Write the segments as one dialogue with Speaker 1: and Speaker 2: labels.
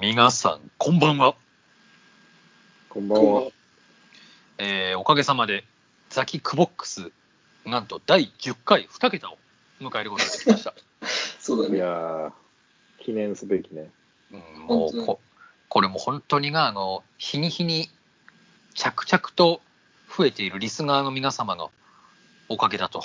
Speaker 1: 皆さん、こんばんは。
Speaker 2: こんばんは。
Speaker 1: えーおかげさまで、ザキックボックス、なんと第10回2桁を迎えることができました。
Speaker 3: そうだ
Speaker 2: い
Speaker 3: ね。
Speaker 2: やー、記念すべきね。
Speaker 1: うんもうこ、これも本当にが、あの、日に日に着々と増えているリスナーの皆様のおかげだと。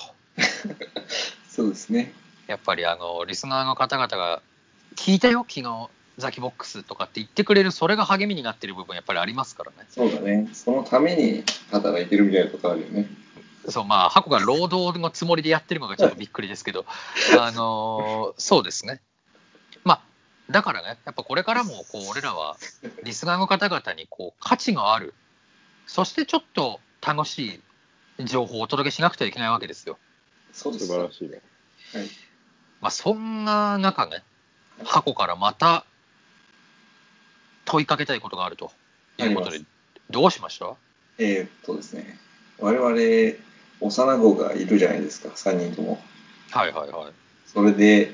Speaker 3: そうですね。
Speaker 1: やっぱりあのリスナーの方々が「聞いたよ昨日ザキボックス」とかって言ってくれるそれが励みになってる部分やっぱりありますからね
Speaker 3: そうだね。そのために働いてるみたいなとこあるよね。
Speaker 1: そうまあ箱が労働のつもりでやってるのがちょっとびっくりですけどあのそうですねまあだからねやっぱこれからもこう俺らはリスナーの方々にこう価値があるそしてちょっと楽しい情報をお届けしなくてはいけないわけですよ
Speaker 3: そうで
Speaker 2: 素
Speaker 3: す
Speaker 2: 晴ら
Speaker 3: ね。
Speaker 2: しいね。
Speaker 3: はい。
Speaker 1: まあ、そんな中ね、箱からまた問いかけたいことがあるということ
Speaker 3: あり
Speaker 1: で、どうしました
Speaker 3: えーっとですね。我々、幼子がいるじゃないですか、3人とも。
Speaker 1: はいはいはい。
Speaker 3: それで、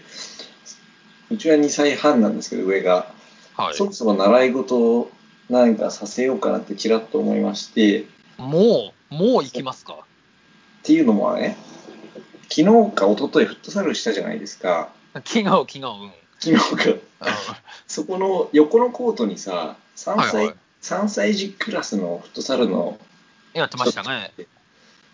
Speaker 3: うちは2歳半なんですけど、上が。
Speaker 1: はい、
Speaker 3: そろそろ習い事を何かさせようかなってちらっと思いまして、っ
Speaker 1: もう、もう行きますか
Speaker 3: ていうのもね、昨日か一昨日フットサルしたじゃないですか。
Speaker 1: 昨日、昨日、うん。うん
Speaker 3: 昨日か。そこの横のコートにさ、3歳、
Speaker 1: はいはい
Speaker 3: 3歳児クラスのフットサルの、
Speaker 1: やってましたね。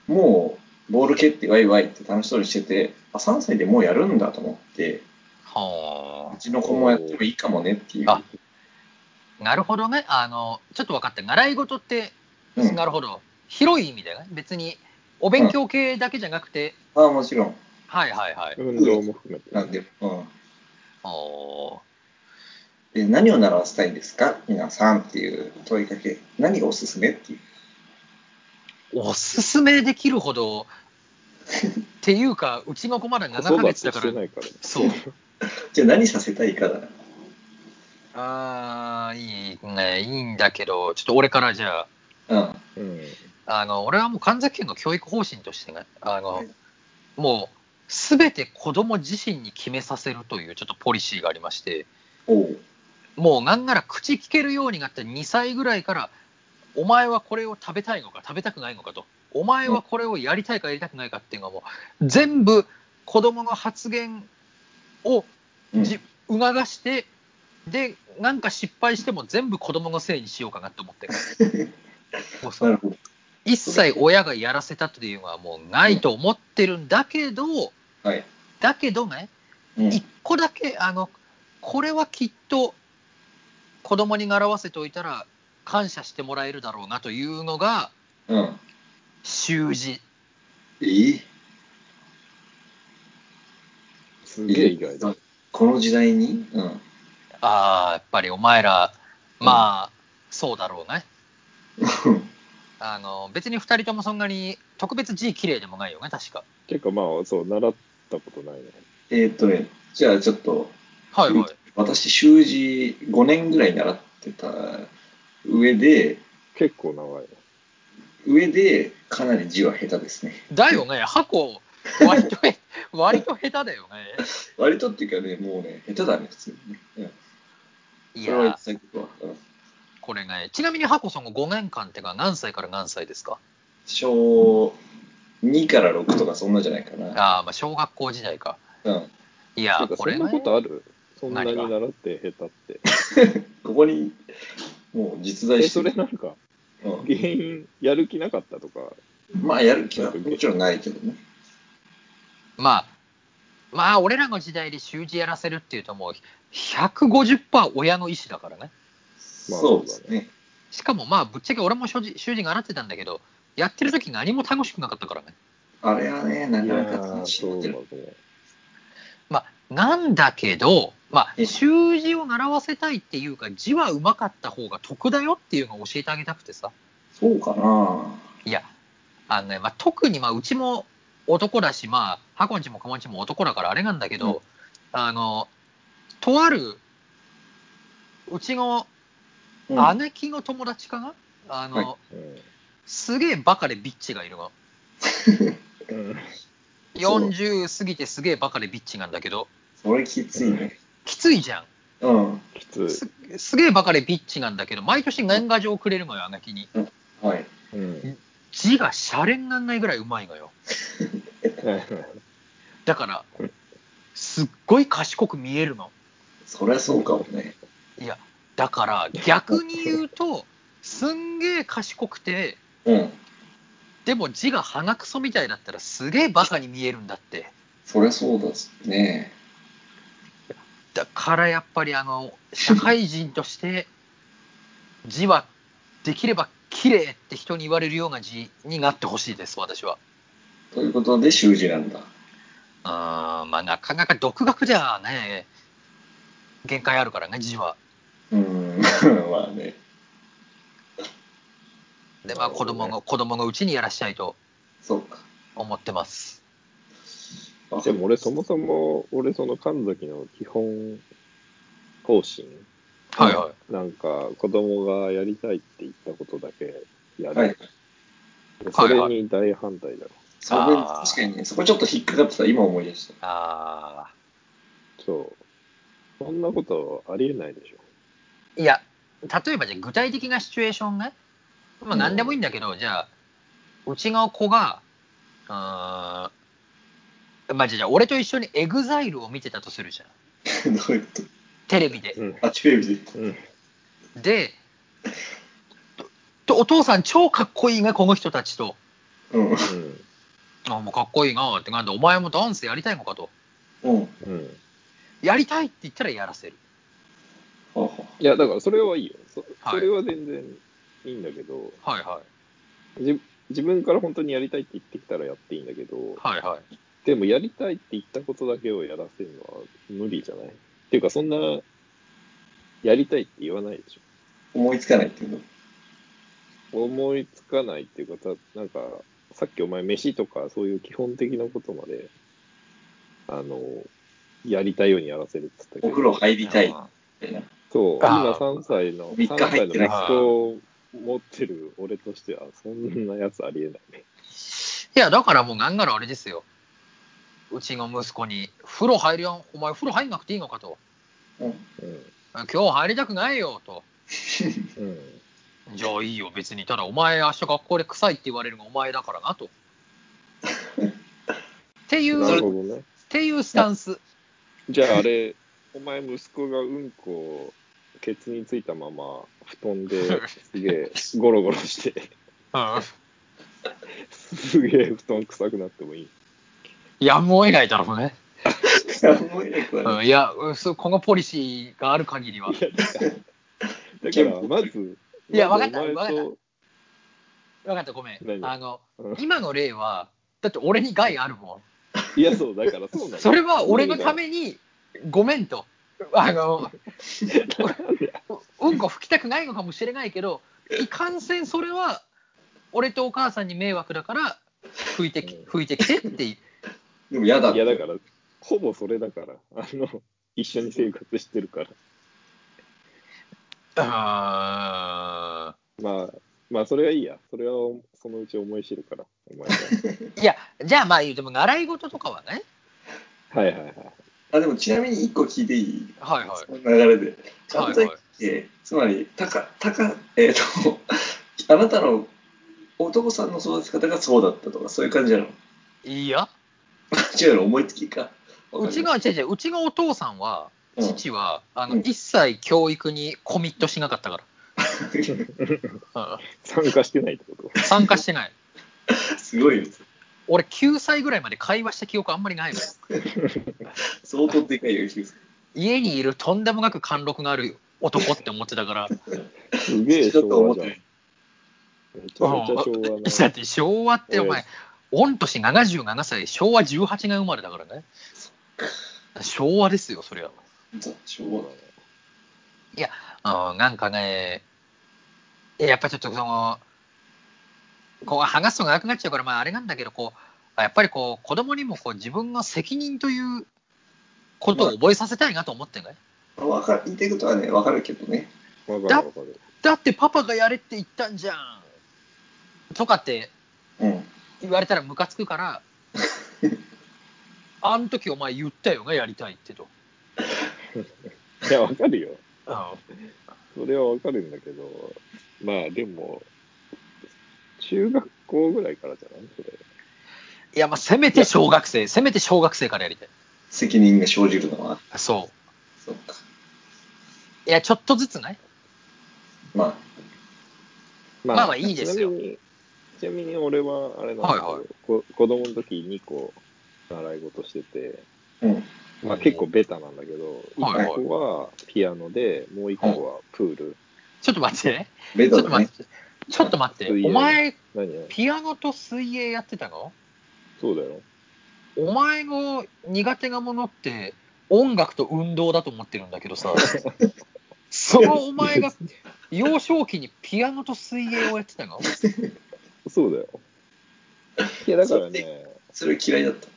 Speaker 3: もうボール蹴ってワイワイって楽しそうにしてて、あ、3歳でもうやるんだと思って、
Speaker 1: は
Speaker 3: うちの子もやってもいいかもねっていう。
Speaker 1: ああ。なるほどね。あの、ちょっと分かった。習い事って、
Speaker 3: うん、
Speaker 1: なるほど。広い意味でね。別に、お勉強系だけじゃなくて、
Speaker 3: あもちろん。
Speaker 1: はいはいはい。
Speaker 2: 運動も含めて。
Speaker 3: なんで、うん。
Speaker 1: おー
Speaker 3: で、何を習わせたいですか皆さんっていう問いかけ。何がおすすめっていう。
Speaker 1: おすすめできるほどっていうかうちの子まだ7
Speaker 2: 子
Speaker 1: ヶ
Speaker 2: 育て
Speaker 1: 月だ
Speaker 2: し
Speaker 1: か
Speaker 2: て
Speaker 1: ら
Speaker 2: ないからね。
Speaker 1: そう
Speaker 3: じゃあ何させたいかだな。
Speaker 1: ああいいねいいんだけどちょっと俺からじゃあ
Speaker 3: うん。
Speaker 2: うん。
Speaker 1: あの俺はもう神崎県の教育方針としてねあの、
Speaker 3: はい
Speaker 1: もう全て子供自身に決めさせるというちょっとポリシーがありまして
Speaker 3: おう。
Speaker 1: もうなんなら口聞けるようになった2歳ぐらいからお前はこれを食べたいのか食べたくないのかとお前はこれをやりたいかやりたくないかっていうのはもう全部子供の発言を
Speaker 3: うん
Speaker 1: じ促してでなんか失敗しても全部子供のせいにしようかなって思 ってるもうそ
Speaker 3: なる
Speaker 1: の
Speaker 3: ほど。
Speaker 1: 一切親がやらせたっていうのはもうないと思ってるんだけど
Speaker 3: はい。
Speaker 1: だけどね
Speaker 3: うん。
Speaker 1: 一個だけあのこれはきっと子供に習わせておいたら感謝してもらえるだろうなというのが
Speaker 3: うん。
Speaker 1: 習字
Speaker 3: いい
Speaker 2: すげえ意外だ。
Speaker 3: この時代にうん。
Speaker 1: ああやっぱりお前らまあ、そうだろうねあの別に2人ともそんなに特別字綺麗でもないよね確か
Speaker 2: 結構まあ、そう、習ったことないね。
Speaker 3: えーっとね、じゃあちょっと、
Speaker 1: はい はい、
Speaker 3: 私、習字5年ぐらい習ってた上で、
Speaker 2: 結構長いね。
Speaker 3: 上でかなり字は下手ですね。
Speaker 1: だよね箱割とへ割と下手だよね
Speaker 3: 割とっていうかね、もうね、下手だね、普通にね。うん
Speaker 1: い
Speaker 3: それは言
Speaker 1: や
Speaker 3: ってたけど、うん
Speaker 1: これねちなみに箱さんが5年間ってか何歳から何歳ですか
Speaker 3: 小2から6とかそんなじゃないかな。
Speaker 1: ああまあ小学校時代か
Speaker 3: うん、
Speaker 1: いや
Speaker 2: てか
Speaker 1: こ
Speaker 2: そ
Speaker 1: れ
Speaker 2: ん
Speaker 1: ね
Speaker 2: なことあるそんなに
Speaker 1: 何が
Speaker 2: 習って下手って。
Speaker 3: ここに、もう実在
Speaker 2: え、
Speaker 3: して
Speaker 2: そ
Speaker 3: る
Speaker 2: れなんか、
Speaker 3: うん、
Speaker 2: 原因、やる気なかったとか、
Speaker 3: まあ、やる気はもちろんないけどね。
Speaker 1: まあ、まあ、俺らの時代で習字やらせるっていうと、もう150%親の意思だからね。
Speaker 2: まあ
Speaker 3: そうですね。
Speaker 1: しかも、まあ、ぶっちゃけ俺も習字習字習ってたんだけど、やってる時何も楽しくなかったからね。
Speaker 3: あれはね、ないか
Speaker 2: や
Speaker 3: なか
Speaker 2: ー、
Speaker 3: 楽しい
Speaker 2: そうだと思
Speaker 1: まあ、なんだけど、ま
Speaker 3: う
Speaker 1: あ、
Speaker 3: ん
Speaker 1: 習字を習わせたいっていうか、字は上手かった方が得だよっていうのを教えてあげたくてさ。
Speaker 3: そうかな。
Speaker 1: いや、あのね、まあ、特に、まあ、うちも男だし、まあ、箱んちもかまんちも男だからあれなんだけど、
Speaker 3: うん
Speaker 1: あの、とある、うちの
Speaker 3: うん
Speaker 1: 姉貴の友達かなあの、
Speaker 3: は
Speaker 2: う。うん
Speaker 1: すげえバカでビッチがいるの。
Speaker 2: うん
Speaker 3: そう
Speaker 1: 40過ぎてすげえバカでビッチなんだけど、
Speaker 3: それきついね。
Speaker 1: きついじゃん。
Speaker 3: うん。
Speaker 2: きつい。
Speaker 1: すすげえばかりピッチなんだけど、毎年年賀状くれるのよ、あがきに。
Speaker 3: はい。
Speaker 2: うん。
Speaker 1: 字がシャレになんないぐらいうまいのよ。だから
Speaker 2: うん、
Speaker 1: すっごい賢く見えるの。
Speaker 3: そりゃそうかもね。
Speaker 1: いや、だから逆に言うと、すんげえ賢くて、
Speaker 3: うん。
Speaker 1: でも字が鼻くそみたいだったらすげえバカに見えるんだって。
Speaker 3: そりゃそうだっすね。
Speaker 1: だからやっぱりあの、社会人として字はできれば綺麗って人に言われるような字になってほしいです、私は。
Speaker 3: ということで、習字なんだ。
Speaker 1: あーまあなかなか独学ではね、限界あるからね、字は。
Speaker 3: うーん。 まあね。
Speaker 1: で、まあ子供
Speaker 2: なる
Speaker 1: の、子供のうちにやらしたいと
Speaker 3: そうか。
Speaker 1: 思ってます。
Speaker 3: わか
Speaker 2: で
Speaker 3: る
Speaker 2: も俺そもそも、俺その神崎の基本方針、
Speaker 1: はいはい。
Speaker 2: なんか子供がやりたいって言ったことだけやる。
Speaker 3: はい。
Speaker 2: でそれに大反対だろ。
Speaker 3: それ
Speaker 1: あー
Speaker 3: 確かにね、そこちょっと引っかかってた、今思い出した。
Speaker 1: あ
Speaker 2: そう。そんなことありえないでしょ。
Speaker 1: あ。いや、例えばじゃあ具体的なシチュエーションね、まあ何でもいいんだけど、じゃあ、うちの子が、うーん、まあじゃあじゃあ俺と一緒にエグザイルを見てたとするじゃん。
Speaker 3: どういうこ
Speaker 1: テレビで。
Speaker 2: うん。
Speaker 3: とあ、テレビで。
Speaker 2: うん。
Speaker 1: で、とお父さん超かっこいいね、この人たちと。
Speaker 3: うん。
Speaker 1: あもうかっこいいなってなんで、お前もダンスやりたいのかと。
Speaker 3: うん。は
Speaker 2: うん。うん。
Speaker 1: やりたいって言ったらやらせる。
Speaker 3: あはい
Speaker 2: や、だからそれはいいよ。そ
Speaker 1: はい
Speaker 2: それは全然いいんだけど、
Speaker 1: はいはい。
Speaker 2: じ自分から本当にやりたいって言ってきたらやっていいんだけど、
Speaker 1: はいはい。
Speaker 2: でもやりたいって言ったことだけをやらせるのは無理じゃないっていうか、そんな、やりたいって言わないでし
Speaker 3: あ。思いつかないっていうの。
Speaker 2: ょ。思いつかないっていうか、たなんか、さっきお前飯とかそういう基本的なことまで、あの、やりたいようにやらせるって言った
Speaker 3: お
Speaker 2: け
Speaker 3: 風
Speaker 2: ど、
Speaker 3: 呂入りたいみ
Speaker 1: あ
Speaker 3: たいな。
Speaker 2: そう、
Speaker 1: あ
Speaker 2: 今3歳の、
Speaker 3: 三
Speaker 2: 3
Speaker 3: 日入
Speaker 2: 歳の
Speaker 3: って
Speaker 2: 息
Speaker 3: ない
Speaker 2: 子を持ってる俺としては、そんなやつありえないね。
Speaker 1: ーいや、だからもうなんならあれですよ。うちの息子に、風呂入るよ、お前風呂入んなくていいのかと。
Speaker 3: うん。
Speaker 1: 今日入りたくないよと。
Speaker 2: うん。うん。
Speaker 1: じゃあいいよ、別に。ただ、お前明日学校で臭いって言われるのがお前だからなと。っていう、
Speaker 2: なる
Speaker 1: っ
Speaker 2: ほどね。
Speaker 1: ていうスタンス。
Speaker 2: じゃああれ、お前息子がうんこをケツについたまま布団ですげえゴロゴロして、
Speaker 1: うん
Speaker 2: すげえ布団臭くなってもいい。
Speaker 1: やむを得ないだろうね。
Speaker 3: 思い出く
Speaker 1: う
Speaker 3: は
Speaker 1: ん、いや、うんそうこのポリシーがある限りは。
Speaker 2: だからまず、
Speaker 1: いや
Speaker 2: ま
Speaker 1: わか
Speaker 2: ず
Speaker 1: った
Speaker 2: お前と
Speaker 1: わかっ分かった、ごめん。
Speaker 2: 何
Speaker 1: あの、
Speaker 2: うん
Speaker 1: 今の例は、だって俺に害あるも
Speaker 2: いや、そう、だからそうなん
Speaker 1: ん。
Speaker 2: だ。
Speaker 1: それは俺のために、ごめんと。あ の、ううんこ吹きたくないのかもしれないけど、いかんせんそれは、俺とお母さんに迷惑だから、拭いてき、拭いてきてって言う。
Speaker 3: でも嫌だっ
Speaker 2: い
Speaker 3: て
Speaker 2: や、だから、ほぼそれだから、あの、一緒に生活してるから。
Speaker 1: あ
Speaker 2: まあ、まあ、それはいいや。それはそのうち思い知るから、お前
Speaker 1: ーいや、じゃあまあ言うても、習い事とかはね。
Speaker 2: が。はいはいはい。
Speaker 3: あ、でもちなみに一個聞いていい
Speaker 1: はいはい。
Speaker 3: その流れで。
Speaker 1: はい
Speaker 3: 神
Speaker 1: はい
Speaker 3: 崎家、つまり、たか、たか、えっ、と、あ なたの男さんの育て方がそうだったとか、そういう感じなの。
Speaker 1: いや、
Speaker 3: 違うの、思いつきか。わ
Speaker 1: う
Speaker 3: かん
Speaker 1: ち
Speaker 3: ない、
Speaker 1: が、違う違う、うちのお父さんは、
Speaker 3: うん
Speaker 1: 父は、あの、
Speaker 3: うん
Speaker 1: 一切教育にコミットしなか ったから、
Speaker 2: 参加してないってこと
Speaker 1: うん参加してない。
Speaker 3: すごいよ。
Speaker 1: 俺、9歳ぐらいまで会話した記憶あんまりないのよ。
Speaker 3: 相当でかいよ、ヒュース
Speaker 1: 家にいるとんでもなく貫禄のある男って思ってたから、
Speaker 2: すげえ
Speaker 3: ちょっと
Speaker 2: 昭
Speaker 3: 思
Speaker 2: 和
Speaker 3: っ
Speaker 2: じ
Speaker 3: て
Speaker 2: ゃん。
Speaker 3: な
Speaker 2: め
Speaker 3: い
Speaker 2: ちゃめちゃ昭和
Speaker 1: だって昭和っ
Speaker 2: な。
Speaker 1: てお前、御年77歳、昭和18年生まれだからね。昭和ですよ、そりゃ。
Speaker 3: 昭和だね。
Speaker 1: うん、なんかね、やっぱちょっとその、こう話すのがなくなっちゃうから、まああれなんだけど、こう、やっぱりこう、子供にもこう自分の責任ということを覚えさせたいなと思ってね。
Speaker 3: まあわか言いたいことはね、わかるけどね。
Speaker 2: わかるわかる。
Speaker 1: だってパパがやれって言ったんじゃんとかって
Speaker 3: うん。
Speaker 1: 言われたらムカつく から、あの時お前言ったよがやりたいってと。
Speaker 2: いや、わかるよ。
Speaker 1: あ
Speaker 2: それはわかるんだけど、まあでも、中学校ぐらいからじゃないそれ。
Speaker 1: いや、まあ、せめて小学生、せめて小学生からやりたい。
Speaker 3: 責任が生じるのは。
Speaker 1: そ
Speaker 3: そっか。
Speaker 1: う。いや、ちょっとずつない
Speaker 3: ま
Speaker 2: ま
Speaker 1: まあまあいいですよ
Speaker 2: ちなみに、ちなみに俺はあれなんだけど、
Speaker 1: はいはい
Speaker 2: こ子供の時2個習い事してて、
Speaker 3: あ、うん。
Speaker 2: まあ、
Speaker 1: おー
Speaker 2: 結構ベタなんだけど、
Speaker 1: はいはい
Speaker 2: 1個はピアノで、もう1個はプール。
Speaker 1: ちょっと待って。
Speaker 3: ベ
Speaker 1: ちょ
Speaker 3: タ
Speaker 1: っと
Speaker 3: だ
Speaker 1: 待
Speaker 3: ね
Speaker 1: っ。て。ちょっと待って。
Speaker 2: 水泳
Speaker 1: お前、
Speaker 2: 何や
Speaker 1: ピアノと水泳やってたの
Speaker 2: そうだよ。
Speaker 1: お前の苦手なものって音楽と運動だと思ってるんだけど さ、そのお前が幼少期にピアノと水泳をやってたの
Speaker 2: そうだよ。いや、だから
Speaker 3: そ
Speaker 2: ね、
Speaker 3: それ嫌いだった。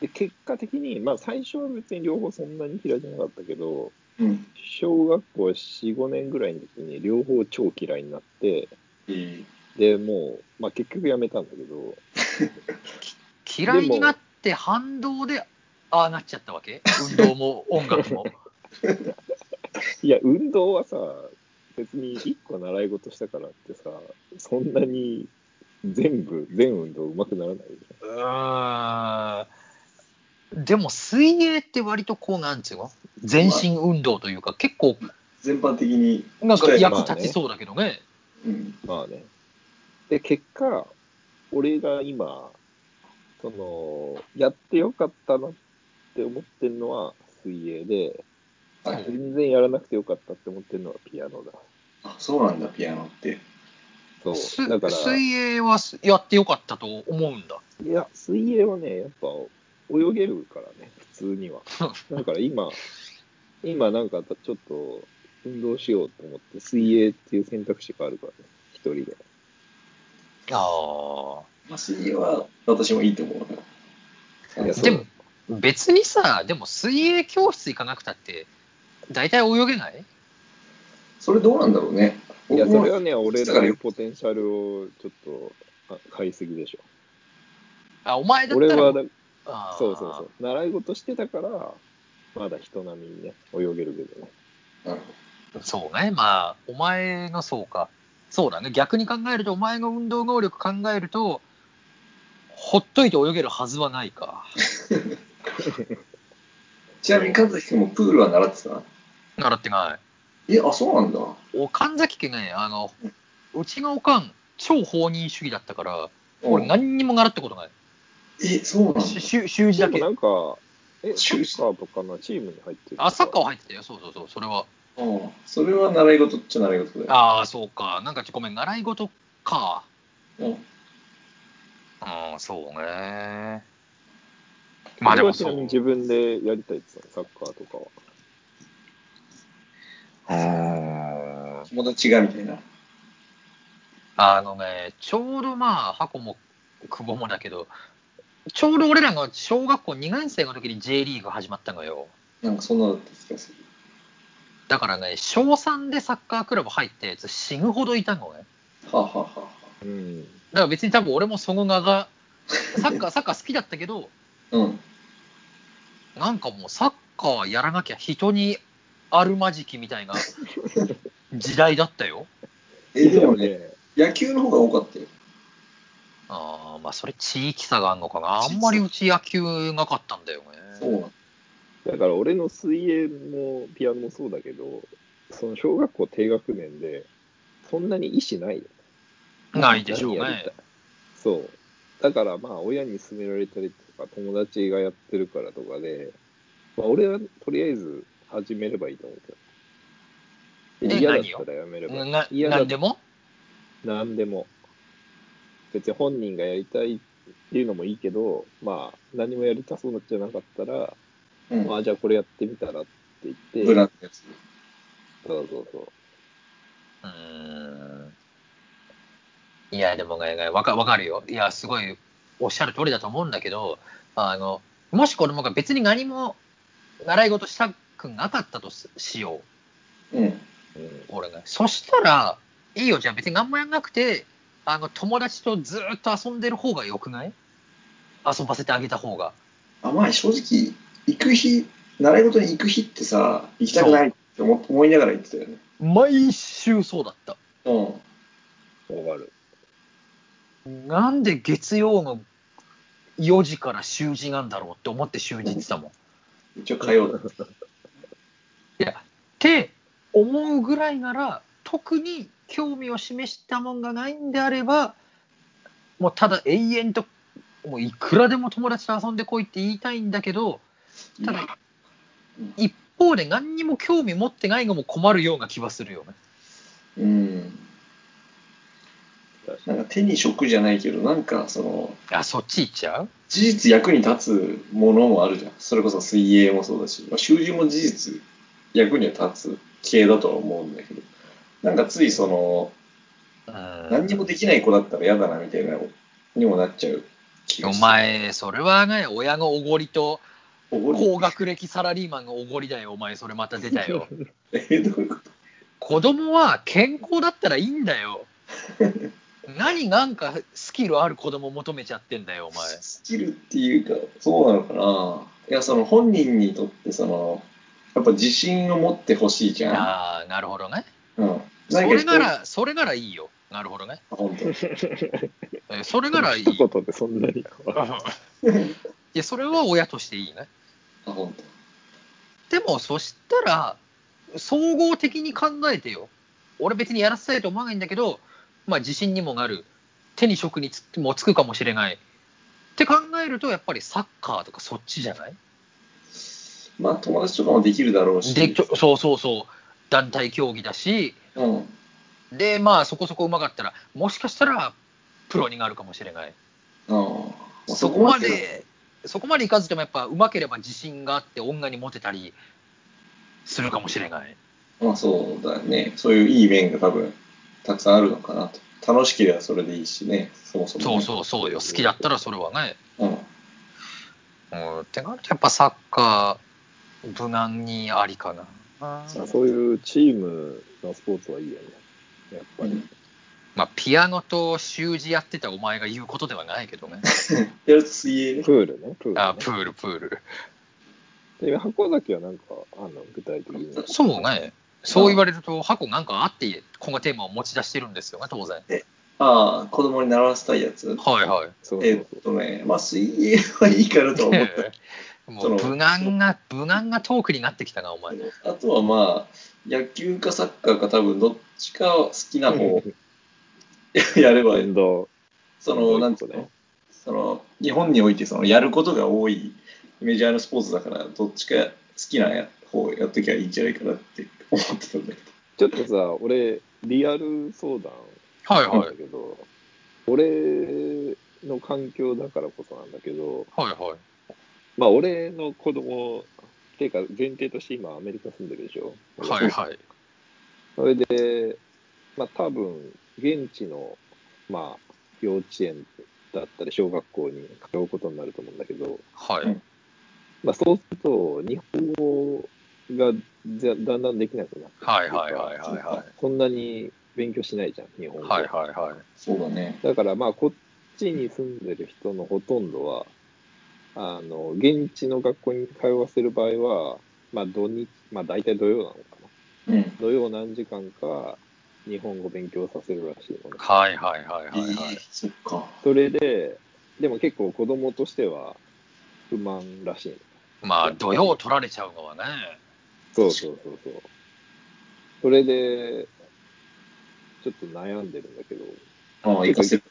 Speaker 2: で結果的に、まあ最初は別に両方そんなに嫌いじゃなかったけど、
Speaker 3: うん。
Speaker 2: 小学校4、5年ぐらいの時に両方超嫌いになって、
Speaker 3: えー
Speaker 2: で、もう、まあ結局やめたんだけど、
Speaker 1: 嫌いになって反動でああなっちゃったわけ運動も音楽も。
Speaker 2: いや、運動はさ、別に一個習い事したからってさ、そんなに全部、全運動上手くならないじ
Speaker 1: うーん。でも水泳って割とこうなんちゅうの全身運動というか結構
Speaker 3: 全般的に。
Speaker 1: なんか
Speaker 3: や
Speaker 1: 役立ちそうだけどね。
Speaker 3: うん。
Speaker 2: ゃん。まあね。で、結果、俺が今、その、やってよかったなって思ってるのは水泳で、
Speaker 3: あ
Speaker 2: 全然やらなくてよかったって思ってるのはピアノだ。
Speaker 3: あ、そうなんだ、ピアノって。
Speaker 2: そ
Speaker 1: す
Speaker 2: う。だから、
Speaker 1: 水泳はやってよかったと思うんだ。
Speaker 2: いや、水泳はね、やっぱ泳げるからね、普通 には。だから今、今なんかちょっと運動しようと思って、水泳っていう選択肢があるからね、一人で。
Speaker 1: あ
Speaker 3: まあ、水泳は私もいいと思うな。
Speaker 2: いや
Speaker 1: あ。
Speaker 2: そう
Speaker 1: でも、別にさ、でも水泳教室行かなくたって、大体泳げない
Speaker 3: それどうなんだろうね。
Speaker 2: いや、それは
Speaker 3: 僕も
Speaker 2: ね、俺
Speaker 3: だからら
Speaker 2: のポテンシャルをちょっとあ買いすぎでしょ。
Speaker 1: あ、お前だった
Speaker 2: 俺
Speaker 1: ら。
Speaker 2: はだ、
Speaker 1: あー
Speaker 2: そうそうそう、習い事してたから、まだ人並みにね、泳げるけどね。
Speaker 3: なる
Speaker 1: そうね、まあ、お前のそうか。そうだね、逆に考えると、お前の運動能力考えると、ほっといて泳げるはずはないか。
Speaker 3: ちなみに神崎君もプールは習ってたな
Speaker 1: 習ってない。
Speaker 3: え、あ、そうなんだ。
Speaker 1: お神崎家ね、あの、うちのおかん、超放任主義だったから、俺
Speaker 3: うん
Speaker 1: 何にも習ったことない。
Speaker 3: え、そうなんだ。
Speaker 1: ししゅ習字
Speaker 2: で
Speaker 1: だ
Speaker 2: も
Speaker 1: け
Speaker 2: な。んか、え、サ
Speaker 3: 中
Speaker 2: ッカーとかのチームに入ってる
Speaker 1: あ、サッカーは入ってたよ。そうそうそう、それは。
Speaker 3: うんそれは習い事っちゃ習い事だよ。
Speaker 1: ああ、そうか。なんかごめん、習い事か。
Speaker 3: うん
Speaker 1: うん、そうね。ま
Speaker 2: ま
Speaker 1: あ
Speaker 2: あ
Speaker 1: で
Speaker 2: で
Speaker 1: も
Speaker 2: も
Speaker 1: そう。
Speaker 2: 自分でやりたいって言ってたのサッカーとかは。
Speaker 1: うん
Speaker 3: 友達がみたいな。
Speaker 1: あのね、ちょうどまあ、箱も久保もだけど、ちょうど俺らが小学校2年生の時に J リーグ始まったのよ。
Speaker 3: なんかそんなのだった気がする。
Speaker 1: だからね、小3でサッカークラブ入ったやつ死ぬほどいたのね。
Speaker 3: はあ、はあはあはあ、
Speaker 2: うん。
Speaker 1: だから別に多分俺もその名 が、サッカー、サッカー好きだったけど、
Speaker 3: うん。
Speaker 1: なんかもうサッカーやらなきゃ人にあるまじきみたいな時代だったよ。
Speaker 3: え、でもね、、野球の方が多かったよ。
Speaker 1: あーまあそれ地域差があるのかな。あんまりうち野球なかったんだよね。
Speaker 3: そうなんだ。
Speaker 2: だから俺の水泳もピアノもそうだけど、その小学校低学年で、そんなに意思ないよ。
Speaker 1: ないでしょう
Speaker 2: 何やりた
Speaker 1: ね
Speaker 2: い。。そう。だからまあ親に勧められたりとか、友達がやってるからとかで、まあ、俺はとりあえず始めればいいと思うけど。
Speaker 1: で
Speaker 2: 嫌だったらやめればいい。
Speaker 1: な
Speaker 2: 嫌
Speaker 1: な
Speaker 2: だ
Speaker 1: んでも
Speaker 2: 何でも。別に本人がやりたいっていうのもいいけど、まあ何もやりたそうじゃなかったら、
Speaker 3: うん。
Speaker 2: まあじゃあこれやってみたらって言って、
Speaker 3: ブランドやつ。
Speaker 2: そうそうそう。
Speaker 1: うーん。いや、でもね、わかわかるよ。いや、すごいおっしゃる通りだと思うんだけど、あの、もし子供が別に何も習い事したくなかったとすしよう。
Speaker 3: うん。
Speaker 2: う
Speaker 1: 俺ね。そしたら、いいよ、じゃあ別に何もやんなくて、あの、友達とずーっと遊んでる方がよくない遊ばせてあげた方が。
Speaker 3: あ、まあ正直、行く日習い事に行く日ってさ、行きたくないって思思いながら行ってたよね。
Speaker 1: 毎週そうだった。
Speaker 3: うん。
Speaker 2: わかる。
Speaker 1: なんで月曜の4時から習字なんだろうって思って習字ってたもん。っ
Speaker 3: 一応火曜だ。
Speaker 1: て思うぐらいなら、特に興味を示したもんがないんであれば、もうただ永遠と、もういくらでも友達と遊んでこいって言いたいんだけど、ただ一方で何にも興味持ってないのも困るような気はするよね。
Speaker 3: うん。なんか手に職じゃないけど、なんかその、
Speaker 1: あ、そっち行っちゃう
Speaker 3: 事実役に立つものもあるじゃん。それこそ水泳もそうだし、まあ、習字も事実役には立つ系だとは思うんだけど、なんかついその、
Speaker 1: うん
Speaker 3: 何にもできない子だったら嫌だなみたいなのにもなっちゃう気が
Speaker 1: お
Speaker 3: する。
Speaker 1: 前、それはね、親のおごりと、
Speaker 3: おごり。
Speaker 1: 高学歴サラリーマンのおごりだよ、お前、それまた出た よ。
Speaker 3: え、どういうこと
Speaker 1: 子供は健康だったらいいんだよ。何なんかスキルある子供求めちゃってんだよ、お前。
Speaker 3: スキルっていうか、そうなのかな。いや、その本人にとって、その、やっぱ自信を持ってほしいじゃん。
Speaker 1: ああ、なるほどね。
Speaker 3: うん。
Speaker 1: それな
Speaker 3: あ
Speaker 1: ら、それならいいよ。なるほどね。
Speaker 3: 本当
Speaker 1: えそれならいい。
Speaker 2: 一 言でそんなに変わ
Speaker 1: うんいや、それは親としていいね。
Speaker 3: あ、本当
Speaker 1: でも、そしたら、総合的に考えてよ。俺別にやらせたいと思わないんだけど、まあ自信にもなる。手に職につもつくかもしれない。って考えると、やっぱりサッカーとかそっちじゃない
Speaker 3: まあ、友達とかもできるだろうし。
Speaker 1: で、ちょそうそうそう。団体競技だし、
Speaker 3: うん。
Speaker 1: で、まあそこそこうまかったら、もしかしたらプロになるかもしれない。
Speaker 3: ああ、
Speaker 1: そこま。で、そこまでいかずともやっぱうまければ自信があって女にモテたりするかもしれない。
Speaker 3: まあそうだね。そういういい面が多分、たくさんあるのかなと。楽しければそれでいいしね、そもそも、
Speaker 1: そうそうそうよ。好きだったらそれはね。
Speaker 3: う。うん。
Speaker 1: うん、ってなるとやっぱサッカー無難にありかな。
Speaker 2: る。そういうチームのスポーツはいいよね。やっぱり。
Speaker 1: まあピアノと習字やってたお前が言うことではないけどね。
Speaker 3: やると水泳ね。
Speaker 2: プールね、プール、ね。
Speaker 1: あプールプール。
Speaker 2: で箱崎はなんか、あんの具体的に。
Speaker 1: そうね。そう言われると箱なんかあってこのテーマを持ち出してるんですよね当然。
Speaker 3: ああ、子供に習わせたい や
Speaker 1: は
Speaker 3: つ。
Speaker 1: いはい。
Speaker 2: そう
Speaker 3: え
Speaker 2: そう
Speaker 3: っ
Speaker 2: そう。
Speaker 3: とね、まあ水泳はいいかなとは思った
Speaker 1: もう無難な、無難なトークになってきたな、お前。
Speaker 3: けど、 あとはまあ、野球かサッカーか多分どっちか好きな方 やれば、
Speaker 2: 運動。
Speaker 3: その、なんつうの、その、日本においてそのやることが多いメジャーのスポーツだから、どっちか好きなや方やっときゃいいんじゃないかなって思ってたんだけど。
Speaker 2: ちょっとさ、俺、リアル相談
Speaker 1: はい
Speaker 2: なん
Speaker 1: はい。
Speaker 2: だけど、俺の環境だからこそなんだけど、
Speaker 1: はいはい。
Speaker 2: まあ、俺の子供、っていうか、前提として今、アメリカ住んでるでしょ。
Speaker 1: はいはい。
Speaker 2: それで、まあ、多分、現地の、まあ、幼稚園だったり、小学校に通うことになると思うんだけど、
Speaker 1: は
Speaker 3: う
Speaker 1: い
Speaker 3: ん。
Speaker 2: まあ、そうすると、日本語がじゃだんだんできなくなってくる
Speaker 1: はいはいはいはいは
Speaker 2: そんなに勉強しないじゃん、日本
Speaker 1: い。
Speaker 2: 語。
Speaker 1: はいはいはい。
Speaker 3: そうだね。
Speaker 2: だから、まあ、こっちに住んでる人のほとんどは、あの、現地の学校に通わせる場合は、まあ、土日、まあ、大体土曜なのかな。
Speaker 3: うん。
Speaker 2: 土曜何時間か、日本語勉強させるらしいのね。
Speaker 1: はいはいはいはいはい。
Speaker 3: そっか。
Speaker 2: それで、でも結構子供としては不満らしいの。
Speaker 1: まあ、土曜取られちゃうのはね。
Speaker 2: そうそうそうそう。それで、ちょっと悩んでるんだけど、
Speaker 3: ああ、行かせる。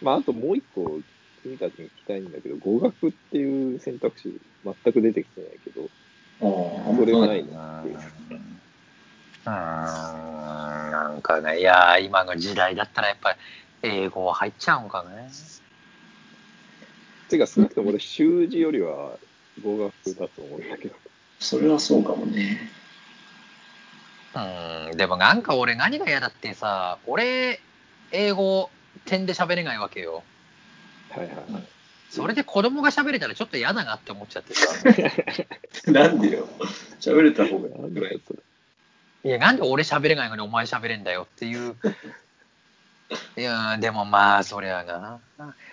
Speaker 2: まあ、あともう一個、君たちに聞きたいんだけど、語学っていう選択肢、全く出てきてないけど、
Speaker 3: ああ、あん
Speaker 2: それ
Speaker 3: ま
Speaker 2: は
Speaker 3: な。
Speaker 2: ないいうね
Speaker 1: ー
Speaker 2: っ
Speaker 1: ん
Speaker 2: ていう。
Speaker 1: なんかね、いやー、今の時代だったらやっぱり英語は入っちゃうのかね。
Speaker 2: てか、少なくとも俺、習字よりは語学だと思うんだけど。
Speaker 3: それはそうかもね。
Speaker 1: うーん、でもなんか俺何が嫌だってさ、俺、英語、点で喋れないわけよ。
Speaker 2: はいはいはい。
Speaker 1: それで子供が喋れたらちょっと嫌だなって思っちゃってさ。
Speaker 3: なんでよ。喋れた方がい
Speaker 2: なん
Speaker 3: いぐ
Speaker 2: だ
Speaker 3: ら
Speaker 2: よ
Speaker 3: い。
Speaker 2: それ。
Speaker 1: いや、なんで俺喋れないのにお前喋れんだよっていう。いやー、でもまあ、そりゃな。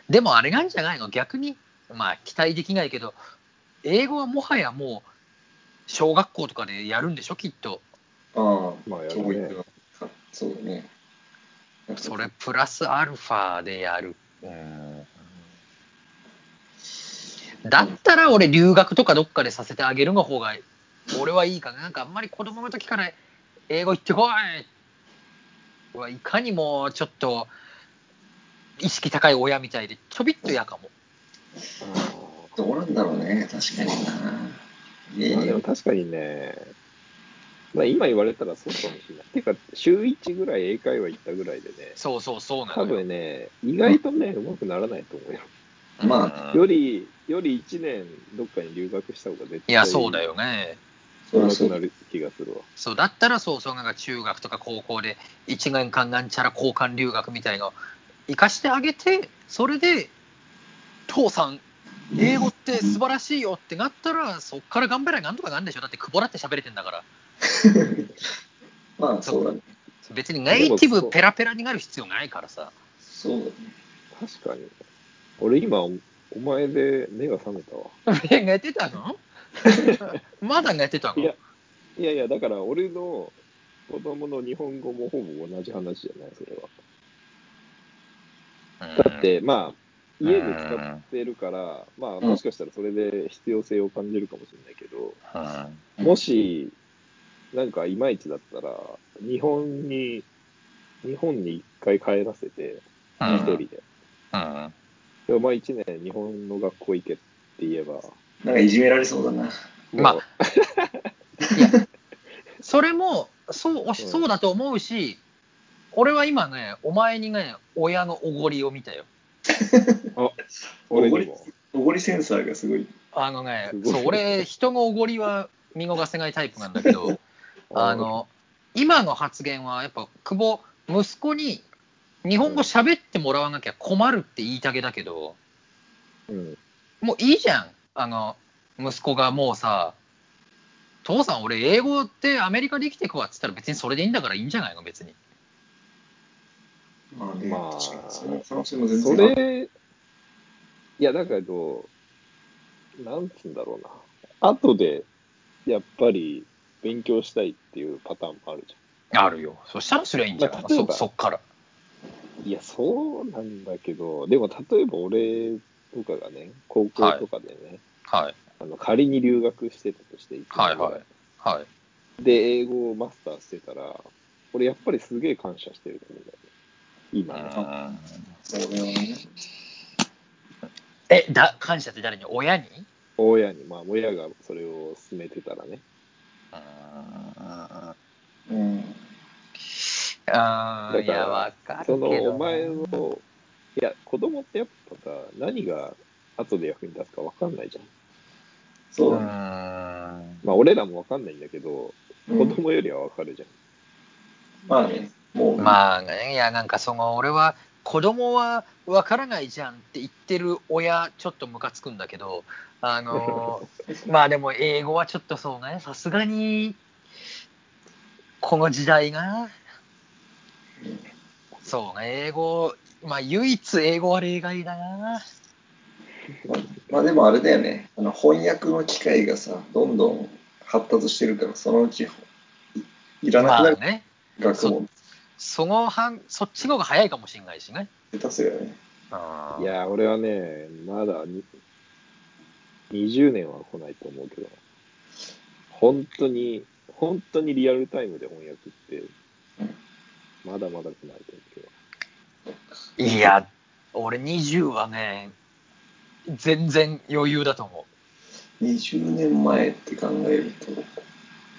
Speaker 1: でもあれなんじゃないの逆に、まあ、期待できないけど、英語はもはやもう、小学校とかでやるんでしょ、きっと。
Speaker 3: ああ、
Speaker 2: まあやるね
Speaker 3: 教育が。そうだね。
Speaker 1: それプラスアルファでやる。うんだったら俺、留学とかどっかでさせてあげるの方が、俺はいいかな。なんかあんまり子供の時から英語行ってこいはいかにもちょっと意識高い親みたいで、ちょびっと嫌かも。
Speaker 3: どうなんだろうね、確かにな。え
Speaker 2: まあでも確かにね、まあ今言われたらそうかもしれない。てか、週1ぐらい英会話行ったぐらいでね、
Speaker 1: そうそうそうな
Speaker 2: 多
Speaker 1: のよ。
Speaker 2: 分ね、意外とね、うまくならないと思うよ。
Speaker 3: ま
Speaker 1: うん
Speaker 2: より、より1年どっかに留学した方が絶対
Speaker 1: いや、そうだよね。
Speaker 2: うまくなる気がするわ。
Speaker 1: そうだったらそうそうなんか中学とか高校で1年間なんちゃら交換留学みたいの生かしてあげてそれで父さん英語って素晴らしいよってなったらそっから頑張りゃなんとかなんでしょだって久保だって喋れてんだから
Speaker 3: まあ、そうだね。
Speaker 1: 別にネイティブペラペラになる必要ないからさ
Speaker 3: そうだね。
Speaker 2: 確かに。俺今、おお前で目が覚めたわ。
Speaker 1: え寝てたのまだ寝てたの
Speaker 2: いやいやいや、だから俺の子供の日本語もほぼ同じ話じゃない、それは。だって、まあ、家で使ってるから、まあ、もしかしたらそれで必要性を感じるかもしれないけど、
Speaker 1: うんうん
Speaker 2: もし、なんかいまいちだったら、日本に、日本に一回帰らせて、
Speaker 1: うん
Speaker 2: 一人で。
Speaker 1: うん
Speaker 2: でお前一年日本の学校行けって言えば、
Speaker 3: なんかいじめられそうだな。
Speaker 1: まあ
Speaker 2: もう
Speaker 1: それもそうおし
Speaker 2: うん
Speaker 1: そうだと思うし、俺は今ねお前にね親のおごりを見たよ
Speaker 3: お
Speaker 2: 俺
Speaker 3: ご
Speaker 2: に
Speaker 3: り
Speaker 2: も。、
Speaker 3: おごりセンサーがすごい。
Speaker 1: あのね
Speaker 2: す、ごい
Speaker 1: そう俺、人のおごりは見逃せないタイプなんだけ ど、あの今の発言は、やっぱ久保、息子に日本語喋ってもらわなきゃ困るって言いたげだけど、
Speaker 2: うん、
Speaker 1: もういいじゃん、あの息子がもうさ、父さん、俺、英語ってアメリカで生きてくわっつったら、別にそれでいいんだからいいんじゃないの、別に。
Speaker 3: まあね、
Speaker 2: まあ
Speaker 3: 確かに。その可能性も全
Speaker 2: そ
Speaker 3: 然ある
Speaker 2: れ、いや、だけど、なんつうんだろうな。後で、やっぱり、勉強したいっていうパターンもあるじ
Speaker 1: あるよ、そしたらすりゃいいんじゃない
Speaker 2: まあ例え
Speaker 1: そ
Speaker 2: ば
Speaker 1: そっから。
Speaker 2: ゃん。いや、そうなんだけど、でも、例えば俺とかがね、高校とかでね、
Speaker 1: はい、
Speaker 2: あの仮に留学してたとして、
Speaker 1: はい、はい、はい。
Speaker 2: で、英語をマスターしてたら、俺、やっぱりすげえ感謝してると思うんだよね。今
Speaker 1: う
Speaker 2: の、
Speaker 1: ん
Speaker 3: それはね。
Speaker 1: え、だ感謝って誰に親に
Speaker 2: 親に、まあ、親がそれを勧めてたらね。
Speaker 1: あ
Speaker 3: うん。
Speaker 1: あ
Speaker 2: だから
Speaker 1: いや、わかるけ
Speaker 2: そ
Speaker 1: ど
Speaker 2: の
Speaker 1: な。
Speaker 2: お前のいや子供ってやっぱさ何が後で役に立つか分かんないじゃん
Speaker 3: そうう
Speaker 1: ー
Speaker 3: だね。
Speaker 1: ん。
Speaker 2: まあ俺らも分かんないんだけど
Speaker 3: うん
Speaker 2: 子供よりは分かるじゃん、
Speaker 3: まあね、もう、
Speaker 1: まあね、いや、なんかその、俺は、子供はわからないじゃんって言ってる親、ちょっとムカつくんだけど、あの ー、まあでも、英語はちょっとそうね、さすがに、この時代が、そうね、英語、まあ唯一英語は例外だな。
Speaker 3: まあでもあれだよね、あの翻訳の機会がさ、どんどん発達してるから、そのうちいいらな
Speaker 1: ま
Speaker 3: く
Speaker 1: あ
Speaker 3: なる
Speaker 1: ね、
Speaker 3: 学問
Speaker 1: その反、そっちの方が早いかもしれないしね。
Speaker 3: 下手すよね。
Speaker 1: あー
Speaker 2: いや俺はねまだに20年は来ないと思うけど本当に本当にリアルタイムで翻訳ってまだまだ来ないと思うけど
Speaker 1: いや、俺20はね、全然余裕だと思う。
Speaker 3: 20年前って考えると、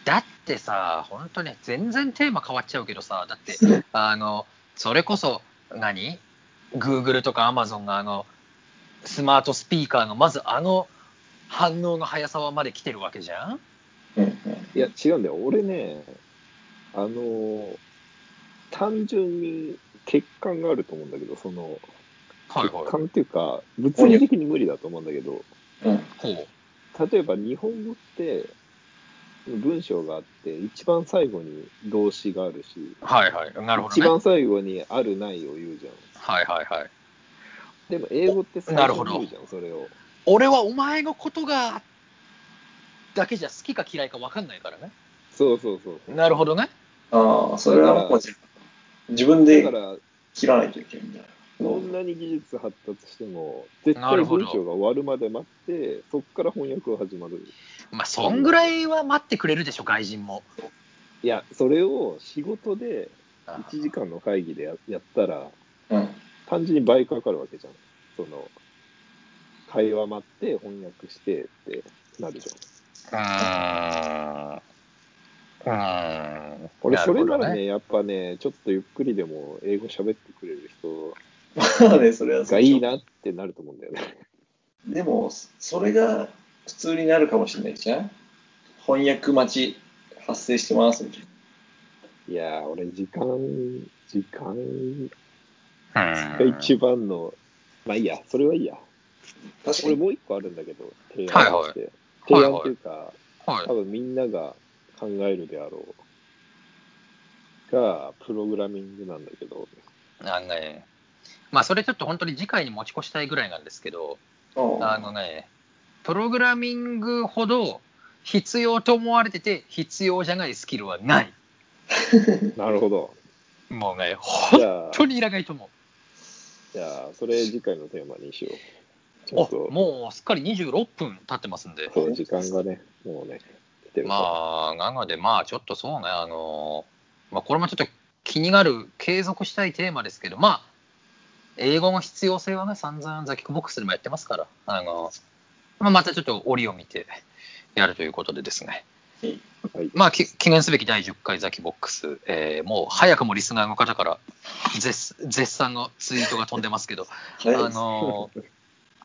Speaker 1: だってさ、本当に全然テーマ変わっちゃうけどさ、だって、あの、それこそ何、?Google とか Amazon があの、スマートスピーカーの、まずあの反応の速さまで来てるわけじゃん
Speaker 3: うんうん、
Speaker 2: いや違うんだよ俺ねあのー単純に欠陥があると思うんだけどその
Speaker 1: はい
Speaker 2: 欠
Speaker 1: はい。
Speaker 2: 陥っていうか、物理的に無理だと思うんだけど、
Speaker 3: うん、
Speaker 1: こ
Speaker 2: 例えば日本語って、文章があって、一番最後に動詞があるし、
Speaker 1: う。はいはい。なるほど、ね。
Speaker 2: 一番最後にあるないを言うじゃん。
Speaker 1: はいはいはい。
Speaker 2: でも英語って最
Speaker 1: なる
Speaker 2: 初
Speaker 1: ほ
Speaker 2: に
Speaker 1: ど
Speaker 2: 言うじゃん、それを。
Speaker 1: 俺はお前のことがっだけじゃ好きか嫌いか分かんないからね。
Speaker 2: そうそうそう。
Speaker 1: なるほどね。
Speaker 3: ああ、それはもう自分
Speaker 2: だ
Speaker 3: で
Speaker 2: から、
Speaker 3: 切らないといけないみたい
Speaker 2: どんなに技術発達しても、絶対文章が終わるまで待って、そこから翻訳が始まる。
Speaker 1: まあ、そんぐらいは待ってくれるでしょ、外人も。
Speaker 2: いや、それを仕事で
Speaker 1: あ
Speaker 2: 1時間の会議でややったら、
Speaker 3: な。うん。
Speaker 2: 単純に倍かかるわけじゃん。その、会話待って、翻訳してってなるじゃん。
Speaker 1: あうーん。
Speaker 2: 俺、それな
Speaker 1: る
Speaker 2: ら
Speaker 1: ほど
Speaker 2: ね、やっぱね、ちょっとゆっくりでも英語喋ってくれる人
Speaker 3: まあね、それはそう
Speaker 2: がいいなってなると思うんだよね。
Speaker 3: でも、それが普通になるかもしれないじゃん。翻訳待ち発生してますみたい
Speaker 2: いやー、俺、時間、時間
Speaker 1: う
Speaker 2: が
Speaker 1: ん
Speaker 2: 一番の、まあいいや、それはいいや。
Speaker 3: な。確か
Speaker 2: 俺、
Speaker 3: に。
Speaker 2: もう一個あるんだけど、提案として。提案っていうか、
Speaker 1: はい
Speaker 2: 多。分みんなが考えるであろう。が、プログラミングなんだけど、
Speaker 1: あのね、まあ、それちょっと本当に次回に持ち越したいぐらいなんですけど、あのね、プログラミングほど必要と思われてて、必要じゃないスキルはない。
Speaker 2: なるほど。
Speaker 1: もうね、
Speaker 2: じ
Speaker 1: 本
Speaker 2: ゃあ、
Speaker 1: 当にいらないと思
Speaker 2: じゃあ、それ次回のテーマにしよう。ち
Speaker 1: う。
Speaker 2: ょっ
Speaker 1: お
Speaker 2: と、
Speaker 1: もうすっかり26分経ってますんで、
Speaker 2: そう、時間がね、もうね、来てるから。
Speaker 1: まあ、なので、まあ、ちょっとそうね、あのまあ、これもちょっと気になる、継続したいテーマですけど、まあ、英語の必要性はね、散々ザキックボックスでもやってますから、あのまあ、またちょっと折を見てやるということでですね。
Speaker 2: はい、
Speaker 1: まあ、き記念すべき第10回ザキボックス、えーもう早くもリスナーの方から絶絶賛のツイートが飛んでますけ ど、あ
Speaker 3: あの、
Speaker 1: のー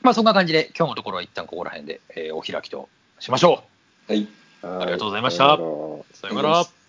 Speaker 1: まあ、そんな感じで、今日のところは一旦ここら辺で、えーお開きとしましょ
Speaker 3: はい。
Speaker 1: ありがとうございまし
Speaker 2: は
Speaker 1: た
Speaker 2: さよなら
Speaker 1: う。さようなら。